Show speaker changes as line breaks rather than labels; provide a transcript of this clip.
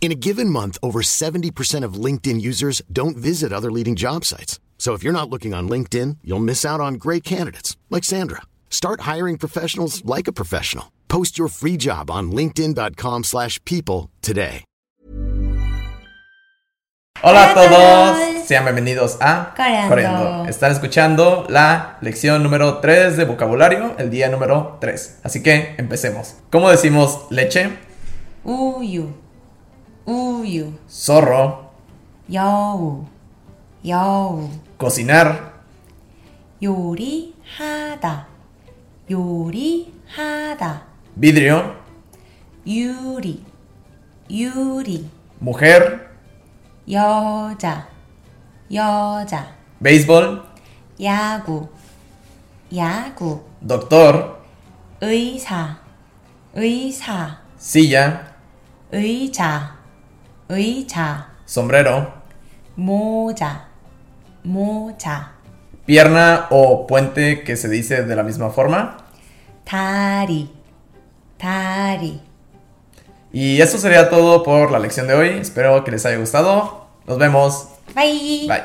In a given month, over 70% of LinkedIn users don't visit other leading job sites. So if you're not looking on LinkedIn, you'll miss out on great candidates like Sandra. Start hiring professionals like a professional. Post your free job on linkedin.com/people slash people today.
Hola a
Hola a
todos,
todos.
sean bienvenidos a
Coreando.
Están escuchando la lección número 3 de vocabulario, el día número 3. Así que empecemos. ¿Cómo decimos leche,
우유, 우유,
zorro,
여우, 여우,
cocinar,
요리하다, 요리하다,
vidrio,
유리, 유리,
mujer,
여자, 여자,
béisbol,
야구, 야구,
doctor,
의사, 의사,
silla,
의자, 의자,
sombrero,
모자, 모자,
pierna o puente que se dice de la misma forma.
다리, 다리.
Y eso sería todo por la lección de hoy. Espero que les haya gustado. Nos vemos.
Bye.
Bye.